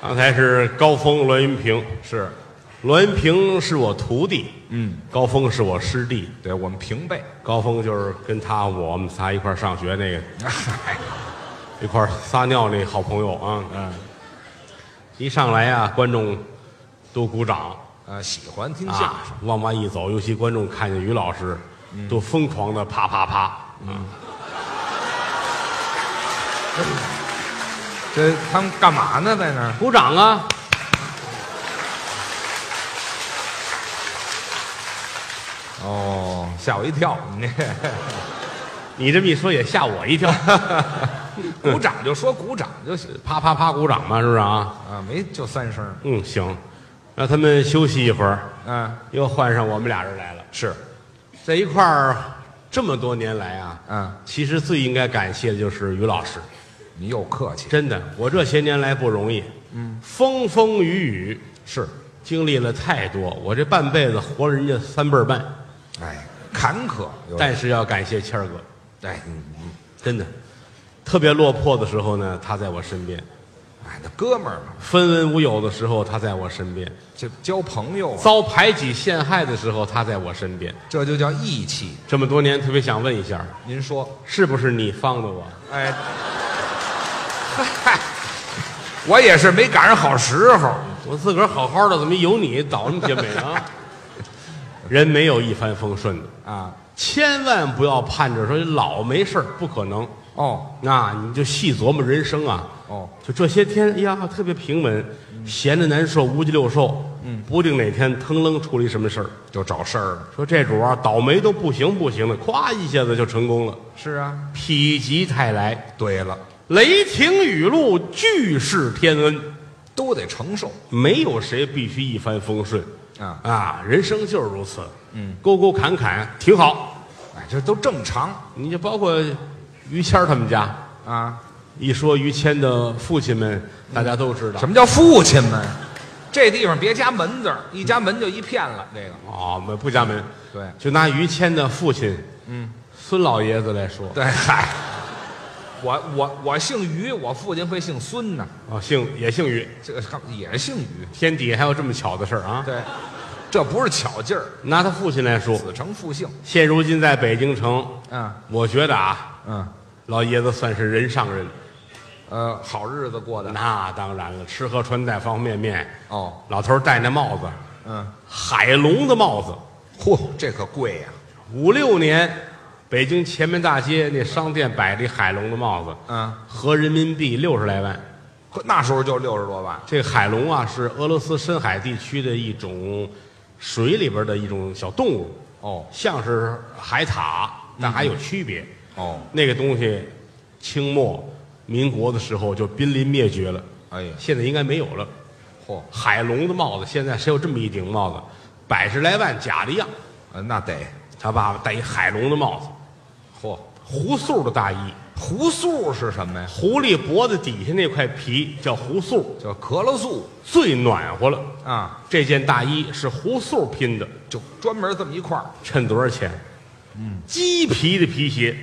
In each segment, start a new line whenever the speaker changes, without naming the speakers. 刚才是高峰、栾云平，
是，
栾云平是我徒弟，
嗯，
高峰是我师弟。
对我们平辈，
高峰就是跟他我们仨一块儿上学那个
哎
一块儿撒尿那好朋友啊。
嗯，
一上来啊，观众都鼓掌
呃，喜欢听相
啊
声，，
往外一走，尤其观众看见于老师，
嗯
都疯狂的啪啪啪。
这他们干嘛呢？在那儿？
鼓掌啊！
哦，吓我一跳，你
你这么一说也吓我 一跳，
这鼓掌就说鼓掌就行
啪啪啪鼓掌嘛，是不是啊？
啊，没就三声儿，
嗯，行，让他们休息一会儿，
啊，
又换上我们俩人来了，
是，
在一块儿这么多年来啊，
嗯，
其实最应该感谢的就是于老师，
你又客气，
真的，我这些年来不容易，嗯，风风雨雨
是，
经历了太多，我这半辈子活了人家三辈儿半，
哎，坎坷，有
但是要感谢谦儿哥，
哎，嗯嗯
真的，特别落魄的时候呢，他在我身边；
哎，那哥们儿嘛，
分文无有的时候，他在我身边。
这交朋友啊，
遭排挤陷害的时候，他在我身边。
这就叫义气。
这么多年，特别想问一下，
您说，
是不是你放的我？
哎，嗨，我也是没赶上好时候，
我自个儿好好的，怎么有你倒那么些霉 啊？人没有一帆风顺的，
啊，
千万不要盼着说老没事儿，不可能。
哦
那你就细琢磨人生啊，
哦，
就这些天，哎呀，特别平稳，
嗯
闲着难受，无鸡六兽，嗯，不定哪天腾楞出了一什么事儿。
就找事儿了。
说这主啊，倒霉都不行不行的，咵一下子就成功了，
是啊，
否极泰来。
对了，
雷霆雨露，俱是天恩。
都得承受
没有谁必须一帆风顺
啊，
啊，人生就是如此。嗯，沟沟坎坎挺好。
哎，这都正常
你就包括于谦儿他们家，
啊。
一说于谦的父亲们，大家都知道。
什么叫父亲们？这地方别加门字儿，一加门就一片了。这个
哦，没不加门，
对
就拿于谦的父亲，嗯，孙老爷子来说，
对，嗨，我我我姓于，我父亲会姓孙呢，
哦，姓也姓于，
这个也姓于。
天底下还有这么巧的事儿啊！
对，这不是巧劲儿，
拿他父亲来说，
子承父姓。
现如今在北京城，
嗯
我觉得啊，
嗯，
老爷子算是人上人。
呃，好日子过的
那当然了，吃喝穿戴方方面面，
哦，
老头儿戴那帽子，
嗯，
海龙的帽子。
嚯，这可贵呀、
五六年，北京前门大街那商店摆了一海龙的帽子，
嗯，
合人民币六十来万。
呵那时候就六十多万，
这个海龙啊，是俄罗斯深海地区的一种水里边的一种小动物，
哦
像是海獭，但还有区别。
哦，
那个东西，清末民国的时候就濒临灭绝了，
哎呀，
现在应该没有了。
嚯，
海龙的帽子，现在谁有这么一顶帽子？百十来万假的样。
呃那得，
他爸爸戴一海龙的帽子，
嚯，
胡素的大衣，
胡素是什么呀？
狐狸脖子底下那块皮叫胡素，
叫可乐素
最暖和了。
啊，
这件大衣是胡素拼的，
就专门这么一块儿。
趁多少钱？嗯，鸡皮的皮鞋，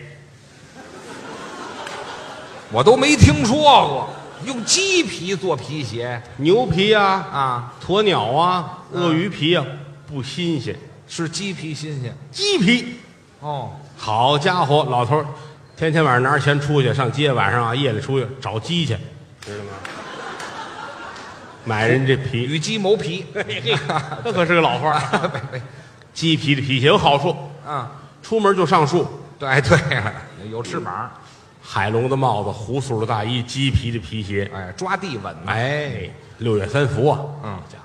我都没听说过用鸡皮做皮鞋
牛皮啊，
啊，
鸵鸟啊，鳄鱼皮啊，不新鲜。
是鸡皮新鲜
鸡皮，
哦，
好家伙，老头儿天天晚上拿着钱出去上街，晚上啊夜里出去找鸡去，知道吗？买人这皮，
与鸡谋皮
这可是个老话儿。 鸡皮的皮鞋有好处，
啊，
出门就上树。
对对了，有翅膀，
海龙的帽子，胡素的大衣，鸡皮的皮鞋。
哎，抓地稳呢。
哎，六月三伏啊，
嗯
家伙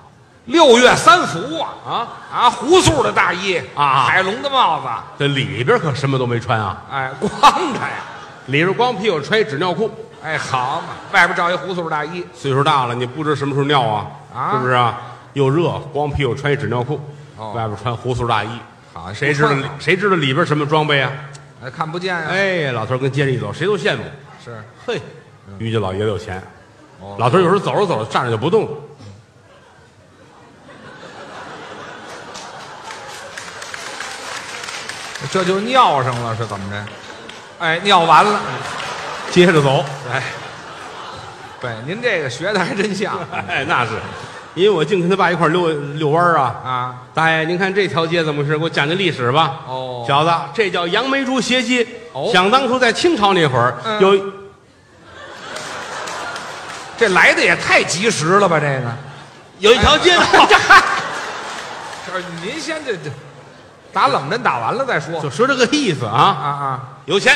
六月三伏啊
啊，
啊，胡素的大衣
啊
海龙的帽子，
这里边可什么都没穿啊，
哎，光着呀，
里边光屁股揣纸尿裤。
哎，好嘛，外边罩一胡素大衣，
岁数大了，你不知什么时候尿啊，
啊
是不是啊？又热，光屁股穿一纸尿裤，
哦
外边穿胡素大衣，
好
谁知道里谁知道里边什么装备啊？
哎，看不见呀、
哎，老头跟街上一走，谁都羡慕。
是
嘿，于家老爷子有钱，
哦
老头有时候走着走着站着就不动了，
这就尿上了，是嗯怎么着？哎，尿完了，
接着走，
哎，对，您这个学的还真像
哎，那是，因为我净跟他爸一块儿溜遛弯儿啊。
啊。
大爷，您看这条街怎么回事？给我讲讲历史吧。
哦
小子，这叫杨梅竹斜街。
哦
想当初在清朝那会儿，
嗯
有
这来的也太及时了吧？这个，
有一条街道，
哎这您先这这打冷战打完了再 说
就说这个意思
啊
啊。
啊。
有钱，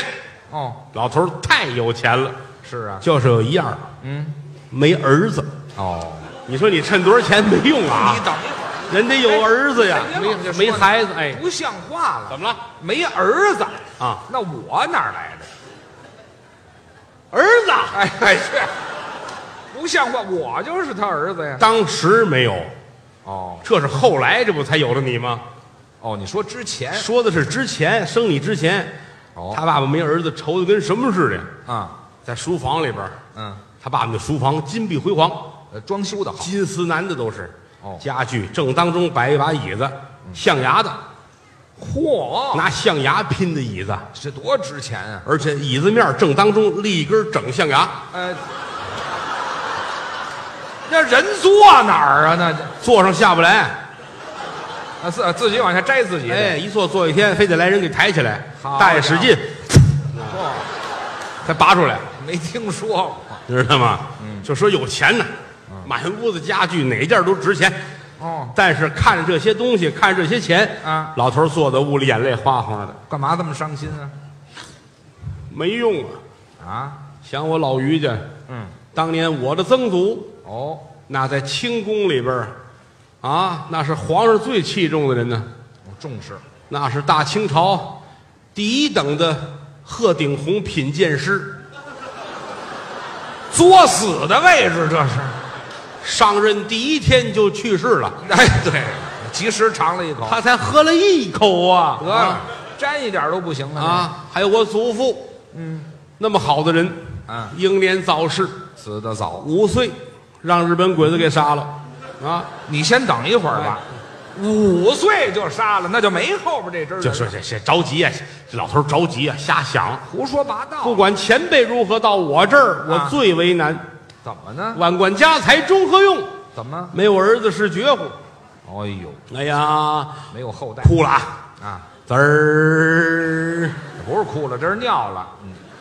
哦，
老头儿太有钱了，
是啊，
就是有一样儿
嗯，
没儿子。
哦，
你说你趁多少钱没用啊
你？等一会儿，
人得有儿子呀，
哎别老
没
这说
没孩子，哎，
不像话了，
怎么了？
没儿子
啊？
那我哪儿来
儿
的？
子，
哎哎，去，不像话，我就是他儿子呀。
当时没有，
哦
这是后来，这不才有了你吗？
哦，你说之前
说的是之前生你之前，
哦
他爸爸没儿子，愁的跟什么似的，
啊
在书房里边儿，
嗯，
他爸爸那书房金碧辉煌，
呃装修的好
金丝楠的都是，
哦嗯
家具正当中摆一把椅子，象牙的，
嚯，
拿象牙拼的椅子，
这多值钱啊！
而且椅子面儿正当中立一根整象牙，
呃，那人坐哪儿啊？那就
坐上下不来。
啊自自己往下摘自己的。
哎，一坐坐一天，非得来人给抬起来，
好
大爷使劲
嚯，
才拔出来，
没听说过。
你知道吗？
嗯
就说有钱呢，满屋子家具哪件都值钱，
哦，
但是看着这些东西，看着这些钱，
啊
老头儿坐在屋里眼泪哗哗的，
干嘛这么伤心啊？
没用啊！
啊，
想我老于家，
嗯，
当年我的曾祖，
哦，
那在清宫里边儿啊，那是皇上最器重的人呢，
我重视。
那是大清朝第一等的鹤顶红品鉴师。
作死的位置这是。
上任第一天就去世了，
哎，对，及时尝了一口，
他才喝了一口啊！
得了，沾一点都不行了
啊，还有我祖父，
嗯，
那么好的人，
嗯，
英年早逝，
这死的早。
五岁让日本鬼子给杀了，啊，
你先等一会儿吧，五岁就杀了，那就没后边这支人了。
哎就说这这着急呀、这老头着急呀、瞎想。
胡说八道，
不管前辈如何，到我这儿我
啊
最为难。
怎么呢？
万贯家财终何用？
怎么？
没有儿子是绝户。
哎呦，
哎呀，
没有后代
哭了啊！
啊！
滋儿，
这不是哭了，这是尿了，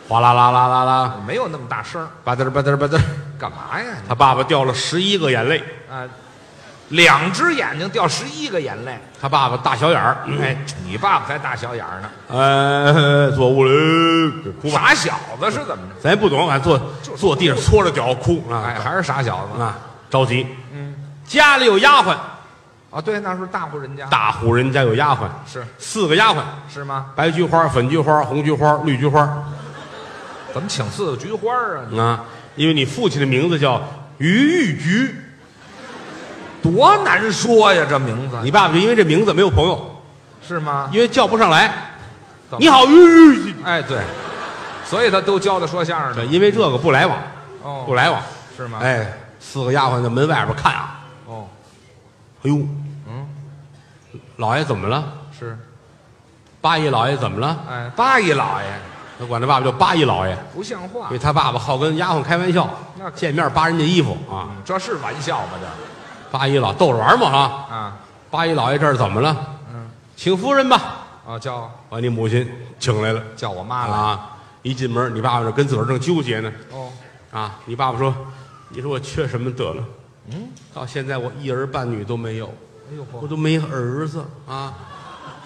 哗啦啦啦啦啦，
没有那么大声。
吧嗒吧嗒吧嗒。
干嘛呀？
他爸爸掉了十一个眼泪，
啊，两只眼睛掉十一个眼泪。
他爸爸大小眼儿，哎，
你爸爸才大小眼儿呢，
呃，坐屋里哭吧，
傻小子是怎么着？
咱也不懂，啊，坐
就是
坐地上搓着脚哭
哎，
啊
还是傻小子
啊，着急。
嗯，
家里有丫鬟，
啊，对，那时候大户人家
大户人家有丫鬟，
是
四个丫鬟，
是吗？
白菊花、粉菊花、红菊花、绿菊花
怎么请四个菊花啊？
啊，因为你父亲的名字叫于玉菊，
多难说呀，这名字
你爸爸就因为这名字没有朋友，
是吗？
因为叫不上来。
怎么
你好，于玉菊，
哎，对，所以他都教他说相声
对
的
因为这个不来往，
哦，
不来往。
是吗？，
哎，四个丫鬟在门外边看啊，
哦，
哎呦，
嗯，
老爷怎么了？
是，
八姨老爷怎么了？
哎，八姨老爷
他管他爸爸叫八姨老爷，
不像话
啊因为，他爸爸好跟丫鬟开玩笑
那，可
见面扒人家衣服啊。
嗯这是玩笑吗？这
八姨老逗着玩嘛啊！
啊，
八姨老爷这儿怎么了？
嗯，
请夫人吧，
哦，叫
把你母亲请来了
叫我妈来
啊！一进门，你爸爸这跟自个儿正纠结呢
哦，
啊！你爸爸说：“你说我缺什么得了？嗯，到现在我一儿半女都没有，
哎呦
我
嚯，
都没儿子啊！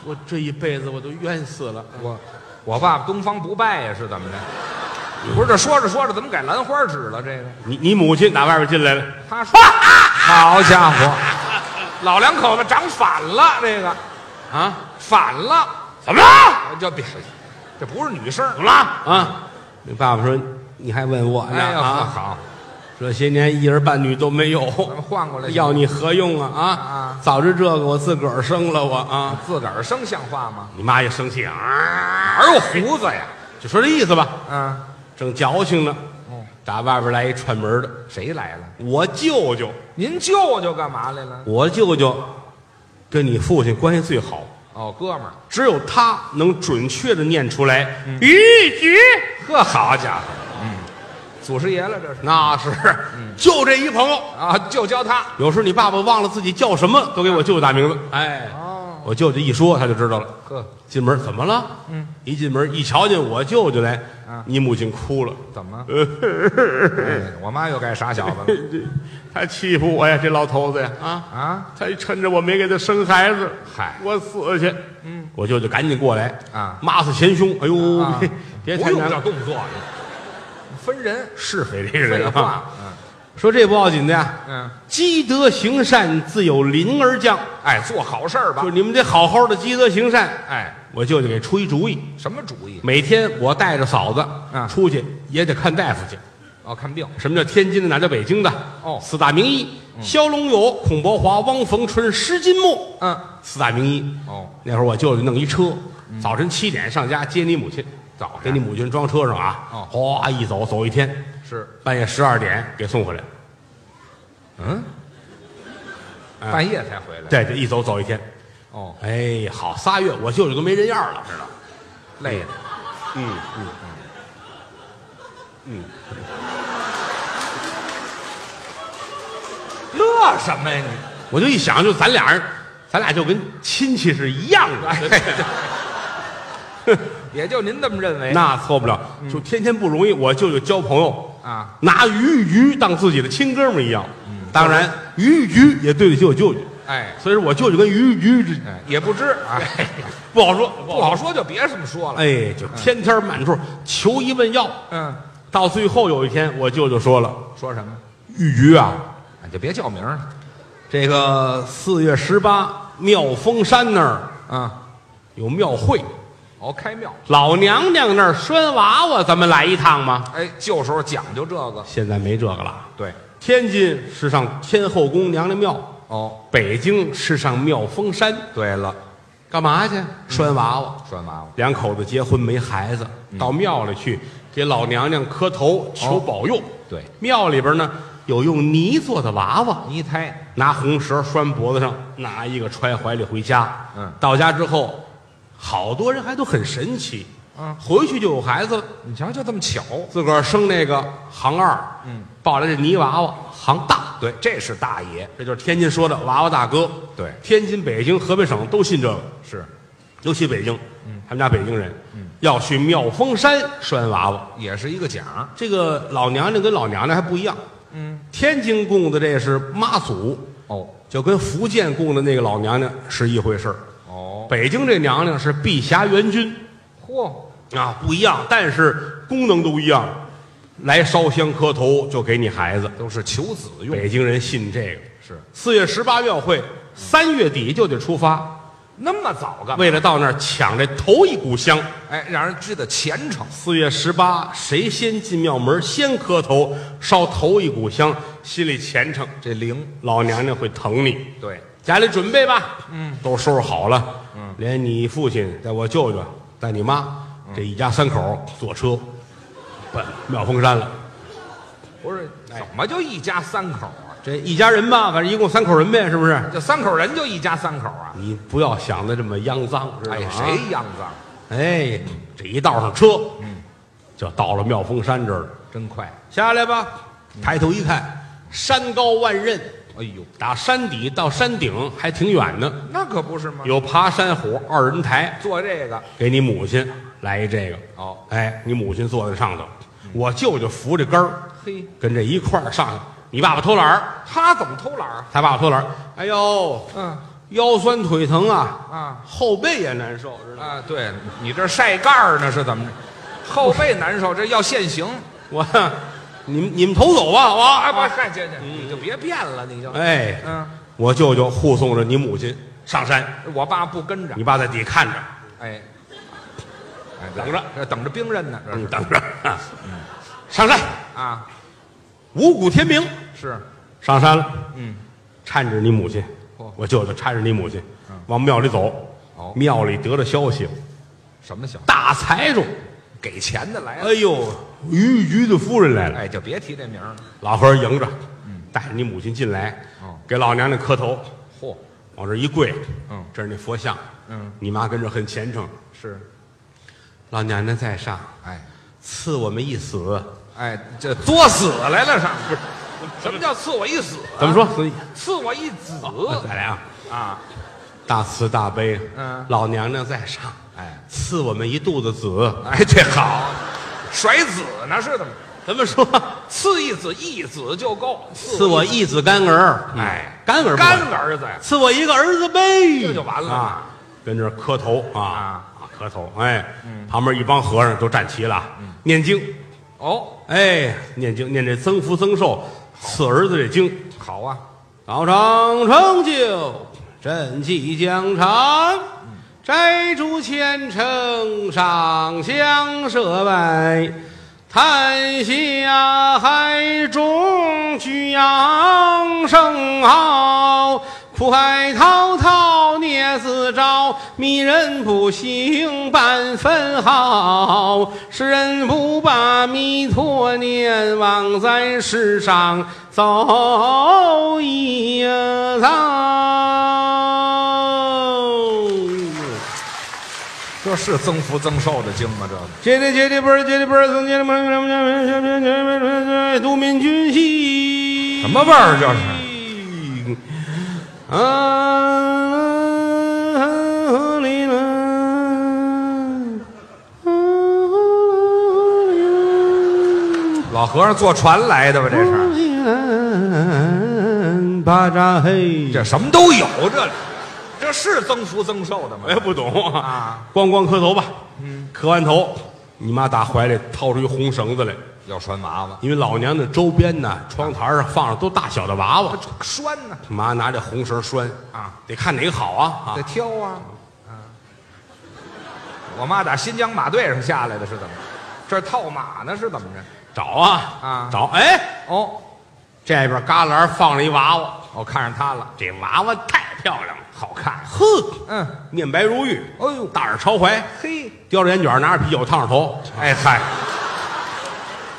我这一辈子我都冤死了。”
我我爸爸东方不败呀，是怎么的？不是这说着说着怎么改兰花指了？这个
你你母亲打外边进来了，
他说，好家伙，老两口子长反了，这个
啊，
反了。
怎么了？
这别，这不是女生。
怎么了？啊！你爸爸说你还问我呢
哎呀，
啊？
好，
这些年一儿半女都没有，
咱们换过来
要你何用啊啊
啊！
早知这个我自个儿生了我啊！
自个儿生像话吗？
你妈也生气啊，
哪有胡子呀？
就说这意思吧。
嗯，
正矫情呢，
哦，
打外边来一串门的，
谁来了？
我舅舅，
您舅舅干嘛来了？
我舅舅跟你父亲关系最好，
哦，哥们儿，
只有他
嗯
能准确的念出来。于局，
呵，好家伙，嗯，祖师爷了，这是
那是，
嗯
就这一朋友。
啊，就教他
有时候你爸爸忘了自己叫什么，都给我舅舅打名字。哎，
哦，
我舅舅一说他就知道了。
呵，
进门怎么了？嗯，啊一进门一瞧见我舅舅来，你母亲哭了。
怎 么？哎我妈又该傻小子了
他欺负我呀，这老头子呀啊！
啊！
他趁着我没给他生孩子，
嗨
我死去。嗯，我舅舅赶紧过来
啊
骂死前胸。哎呦，
啊
别别
不
太
用
难
叫
了，
动作，分人
是非这个
废
人
话
啊。，
嗯
说这不要紧的呀，
嗯，
积德行善自有邻儿降，
哎，做好事儿吧
就是，你们得好好的积德行善。
哎，
我舅舅给出一主意，
什么主意？
每天我带着嫂子
啊
出去也得看大夫去。
哦，看病
什么叫天津的？哪叫北京的？
哦
四大名医：萧龙友、孔伯华、汪逢春、施金墨。
嗯，
四大名医。
哦，
那会儿我舅舅弄一车，
嗯
早晨七点上家接你母亲，
早
给你母亲装车上啊。
哦
哗一走走一天，
是
半夜十二点给送回来。
嗯，
哎
半夜才回来
对，这一走走一天。
哦，
哎，好，仨月我舅舅都没人样儿了，知道吗？
累了，
嗯嗯嗯
乐什么呀你？
嗯，我就一想，就咱俩人，咱俩就跟亲戚是一样的。
哎也就您这么认为
那错不了，
嗯
就天天不容易。我舅舅交朋友，
啊？
拿鱼与鱼当自己的亲哥们儿一样。当然，鱼与鱼也对得起我舅舅，
哎
所以说我舅舅跟鱼与鱼这
哎，也不知啊，
不好说，
不好。说就别这么说了。
哎，就天天满处求医问药，
嗯，
到最后有一天，我舅舅说了
说什么？：“
玉鱼啊，
哎就别叫名儿了
这个四月十八妙峰山那儿
啊。
有庙会，
哦，开庙，
老娘娘那儿拴娃娃，咱们来一趟吗
哎，旧时候讲究这个？”，
现在没这个了。
对，
天津是上天后宫娘娘庙，
哦，
北京是上妙峰山
对了，
干嘛去？拴娃娃。
拴娃娃，
两口子结婚没孩子，
嗯
到庙里去给老娘娘磕头求保佑。
对，
庙里边呢有用泥做的娃娃，
泥胎，
拿红绳拴脖子上，拿一个揣怀里回家。
嗯
到家之后，好多人还都很神奇。
嗯
回去就有孩子了，
你瞧就这么巧，
自个儿生那个行二，
嗯，
抱来这泥娃娃行大，
对，这是大爷，
这就是天津说的娃娃大哥。
对
天津、北京、河北省都信这个。
是
尤其北京，
嗯
他们家北京人，要去妙峰山拴娃娃。
也是一个奖，
这个老娘娘跟老娘娘还不一样，
嗯，
天津供的这是妈祖，
哦
就跟福建供的那个老娘娘是一回事儿。
哦，
北京这娘娘是碧霞元君
嚯，
啊，不一样，但是功能都一样，来烧香磕头就给你孩子。
都是求子用，
北京人信这个。
是
四月十八庙会，三月底就得出发，
那么早干嘛？
为了到那儿抢这头一股香。
哎，让人知道虔诚，
四月十八，谁先进庙门，先磕头，烧头一股香，心里虔诚，
这灵，
老娘娘会疼你。
对，
家里准备吧，嗯，都收拾好了，嗯，连你父亲带我舅舅带你妈，这一家三口坐车奔妙峰山了。
不是哎怎么就一家三口啊？
这一家人吧，反正一共三口人呗，是不是？
这三口人就一家三口啊？
你不要想的这么肮脏，知道吗？
哎，谁样子啊？
哎，这一道上车，嗯，就到了妙峰山这儿了。
真快，
下来吧，抬头一看，山高万仞，
哎呦，
打山底到山顶还挺远呢，
那可不是吗？
有爬山虎二人抬，
做这个
给你母亲来一这个。
哦，
哎，你母亲坐在上头，我舅舅扶着杆儿，
嘿，
跟这一块儿上去。你爸爸偷懒儿，
他怎么偷懒儿？
他爸爸偷懒儿，哎呦，
嗯
腰酸腿疼啊，
啊
后背也难受，知道吗？
啊，对你这晒盖儿呢是怎么着？后背难受，这要现行
我，你们你们偷走吧，我
啊！
啊
不，嗨，这这你就别变了，你就
哎，
嗯，
我舅舅护送着你母亲上山，
我爸不跟着，
你爸在底下看着，
哎，哎
等着，
这等着兵刃呢，这
嗯
是
等着，上山，
啊，
五谷天明，
是，
上山了，
嗯，
搀着你母亲
哦，
我舅舅搀着你母亲，往庙里走
嗯哦，
庙里得了消息，
什么小
大财主，
给钱的来了
哎，呦，于于的夫人来了，
哎，就别提这名儿了。
老和尚迎着，带着你母亲进来
哦，
给老娘娘磕头，
嚯，
往这一跪，
嗯
这是那佛像，
嗯，
你妈跟着很虔诚，
是，
老娘娘在上，
哎，
赐我们一死，
哎，这作死来了上，不是？什么叫赐我一死？
怎么说？所以
赐我一子
再来啊！
啊！
大慈大悲，
嗯
老娘娘在上，
哎
赐我们一肚子子。
哎，这好，甩子呢是怎么？
怎么说？
赐一子，一子就够。
赐我一子干儿，嗯
哎，
干儿不管
干儿子呀，
赐我一个儿子呗，
这就完了
啊！跟这儿磕头啊
啊嗯
磕头！哎，旁边一帮和尚都站齐了，念经，
哦，
哎，念经，念这增福增寿赐儿子这经。
好啊，
早上成就，振济疆场，摘竹千乘，上香设拜，叹下海中举扬声号，苦海滔滔孽自招，迷人不行半分好，世人不把弥陀念，枉在世上走一遭。
这是增福增寿的经吗？这个
接着接着不是接着不是，从接着不是什么什么什么什么什么，独民军系
什么味儿这
是？啊，里了，
老和尚坐船来的吧？这是，
巴扎嘿，
这什么都有，这这是增福增寿的吗？
我也不懂
啊，
光光磕头吧，磕完头，你妈打怀里掏出一红绳子来。
要拴娃娃，
因为老娘的周边呢，窗台上放着都大小的娃娃，
拴呢，
妈拿这红绳拴
啊，
得看哪个好啊啊
得！挑啊，啊！我妈打新疆马队上下来的是怎么着？这儿套马呢是怎么着？
找啊
啊
找！哎，
哦，
这边旮旯放了一娃娃，
我看上他了，
这娃娃太漂亮了，好看，呵，
嗯，
面白如玉，
哎呦，
大耳朝怀，
嘿，
叼着烟卷，拿着啤酒，烫着头。
哎嗨，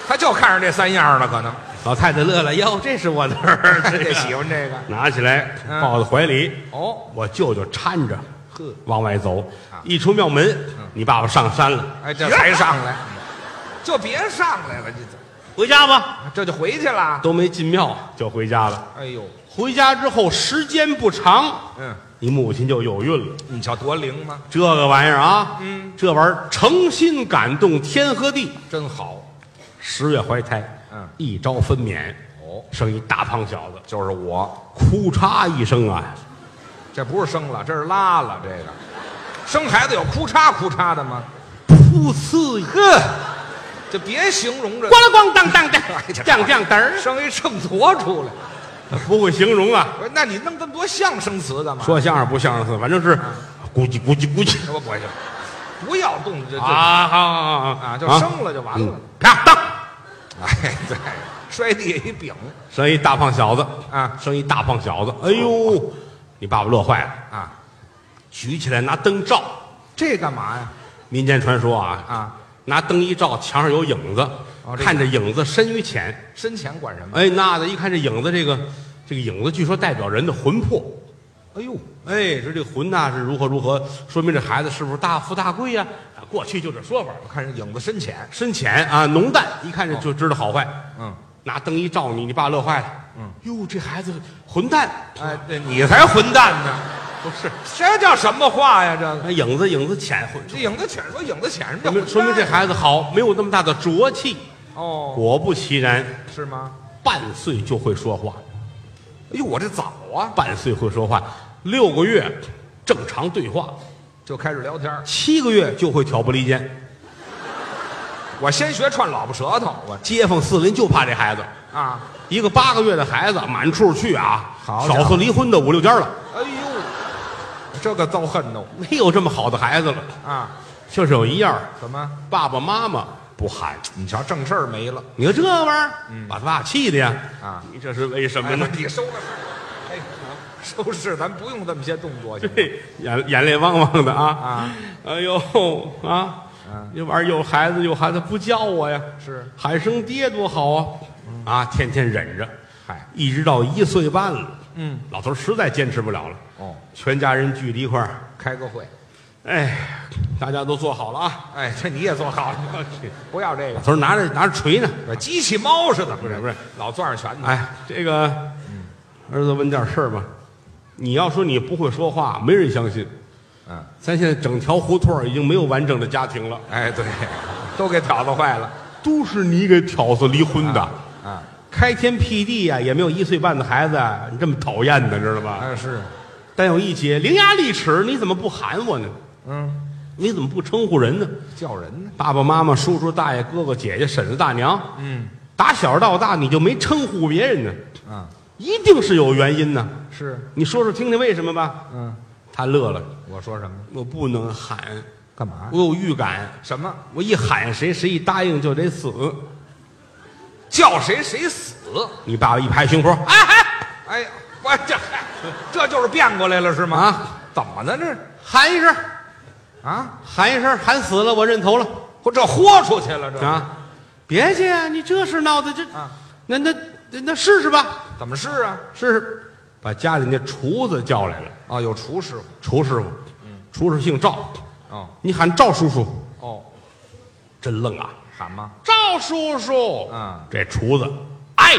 他就看上这三样了，可能
老太太乐了，哟，这是我的 儿子
这
呀，
喜欢这个。
拿起来
嗯
抱在怀里，
哦，
我舅舅搀着
呵，
往外走
啊，嗯
一出庙门，你爸爸上山了，啊
哎，这才上来，就别上来了，这
回家吧，
这就回去了。
都没进庙就回家了。
哎呦，
回家之后时间不长，
嗯，
你母亲就有孕了。
你瞧多灵吗？
这个玩意儿啊，
嗯，
这玩意儿诚心感动天和地。
真好。
十月怀胎，
嗯
一朝分娩，
哦，
生一大胖小子，
就是我，
哭嚓一声啊，
这不是生了，这是拉了。这个生孩子有哭嚓哭嚓的吗？
噗呲，
呵，就别形容这
咣啷咣当 当当
哎这，
降降嘚儿，
生一秤砣出来。
不会形容啊。
不是，那你弄这么多相声词干嘛？
说相声不相声，反正是咕叽咕叽咕叽
我不会，不要动这这
啊，好好好
啊，就生了就完了
嗯。啪当，
哎，对，摔地下一饼
生一大胖小子
啊
生一大胖小子，哎呦，你爸爸乐坏了。
啊，
举起来拿灯照。
这干嘛呀？
民间传说啊，
啊，
拿灯一照，墙上有影子，
哦这个
看着影子深与浅。
深浅管什么？
哎，那的一看这影子，这个这个影子据说代表人的魂魄。
哎呦，
哎，说这个魂呐、是如何如何，说明这孩子是不是大富大贵呀、啊？过去就这说法，
我看人影子深浅，
深浅啊，浓淡，一看这就知道好坏。
嗯，
拿灯一照你，你爸乐坏了。
嗯，
哟，这孩子混蛋！
哎，对你才混蛋呢！
不是，
这叫什么话呀？这个
那哎影子影子浅混，
这影子浅说影子浅
说
什么叫混
明
蛋？
说明这孩子好，没有那么大的浊气。
哦，
果不其然，
是吗？
半岁就会说话，
哎呦，我这早啊，
半岁会说话，六个月正常对话，
就开始聊天儿。
七个月就会挑拨离间。
我先学串老婆舌头，我
街坊四邻就怕这孩子，
啊，
一个八个月的孩子满处去啊，
好家伙
少说离婚的五六家了，
哎呦，这个遭恨哦
没有这么好的孩子了。
啊！
就是有一样儿，
怎么？
爸爸妈妈不喊，
你瞧正事儿没了
你说这玩意儿，把他爸气的呀！
啊！
嗯你这是为什么
哎，
呢？
你收了，哎，收拾，咱不用这么些动作，行吗？
嘿， 眼眼泪汪汪的啊！
啊，
哎呦啊
嗯！
这玩意儿有孩子有孩子不叫我呀，
是，嗯
喊声爹多好啊！啊，天天忍着，
嗨，
一直到一岁半了，
嗯，
老头儿实在坚持不了了，
哦，
全家人聚在一块儿，
开个会，
哎，大家都坐好了啊。
哎，这你也做好了，不要这个，
头儿拿着拿着锤呢，
我机器猫似的，不是
不是，
老攥着拳头。
哎，这个
嗯
儿子问点事儿吧。你要说你不会说话，没人相信。
嗯，
咱现在整条胡同儿已经没有完整的家庭了，
哎，对，都给挑子坏了
都是你给挑子离婚的。
啊！
开天辟地呀、也没有一岁半的孩子，啊你这么讨厌的，知道吧？
哎，是，
但有一节伶牙俐齿，你怎么不喊我呢？
嗯，
你怎么不称呼人呢？
叫人呢。
爸爸妈妈、叔叔、大爷、哥哥、姐姐、婶子、大娘，
嗯，
打小到大你就没称呼别人呢，
啊，
一定是有原因呢。
是，
你说说听听为什么吧？
嗯，
他乐了，
我说什么？
我不能喊，
干嘛？
我有预感，
什么？
我一喊谁谁一答应就得死。
叫谁谁死？
你爸爸一拍胸脯，哎哎，
哎呀，我这这就是变过来了是吗？
啊，
怎么呢这？
喊一声，
啊，
喊一声，喊死了我认头了
我这豁出去了这
啊！别介啊，你这事闹的这，
啊
那那那那试试吧，
怎么是啊？
试试，把家里那厨子叫来了，
啊，有厨师傅。
厨师傅，厨师姓赵，
哦
你喊赵叔叔，
哦，
真愣啊！
喊吗？
赵叔叔，
嗯，
这厨子，哎，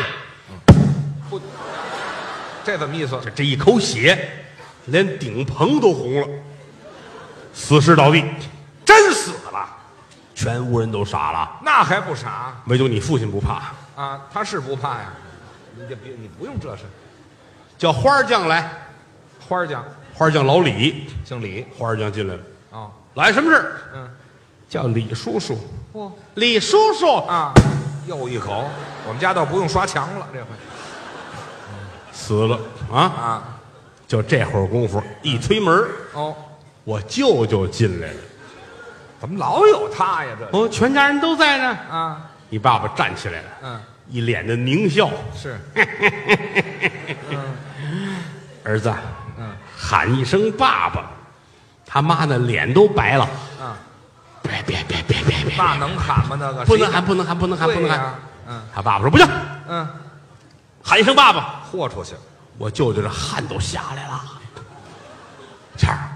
不，这怎么意思？
这这一口血，连顶棚都红了，死尸倒地，
真死了，
全屋人都傻了，
那还不傻
唯独你父亲不怕，
啊？他是不怕呀？你这别，你不用这事。
叫花儿匠来，
花儿匠
花儿匠老李，
姓李
花儿匠进来了，
啊，
来什么事儿？
嗯，
叫李叔叔，
不
李叔叔，
啊，又一口，我们家倒不用刷墙了这回
死了啊！
啊。
就这会儿功夫，一推门，
哦，
我舅舅进来了，
怎么老有他呀？这
哦，全家人都在呢。
啊，
你爸爸站起来了，
嗯，
一脸的狞笑，
是
儿子，
嗯，
喊一声爸爸，他妈的脸都白了。
啊，
别别别别别别，
爸能喊吗？那个
不能喊，不能喊，不能喊，不
对
能
呀
喊。，
嗯
他爸爸说不行，
嗯，
喊一声爸爸。
豁出去了，
我舅舅这汗都下来了。谦儿，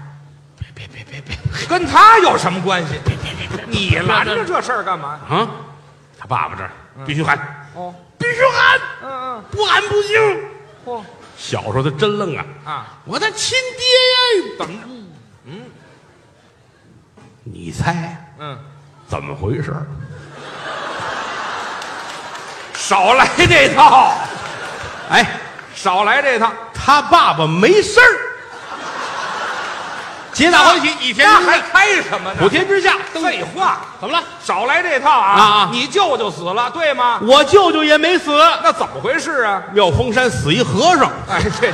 别别别别别
跟他有什么关系？
别别 别别，
你拦着这事儿干嘛？
啊！他爸爸这儿必须喊，
哦，
必须喊，
嗯嗯，
不喊不行。
嚯
小时候他真愣啊，
啊，
我的亲爹呀！
怎么着？
嗯你猜
嗯，
怎么回事？
少来这套，
哎，
少来这套，
他爸爸没事儿。皆大欢喜，以天
那
之
还
下，
开什么呢？
普天之下。
废话，
怎么了？
少来这套啊！
啊啊
你舅舅死了，对吗？
我舅舅也没死，
那怎么回事啊？
妙峰山死一和尚，
哎，这这。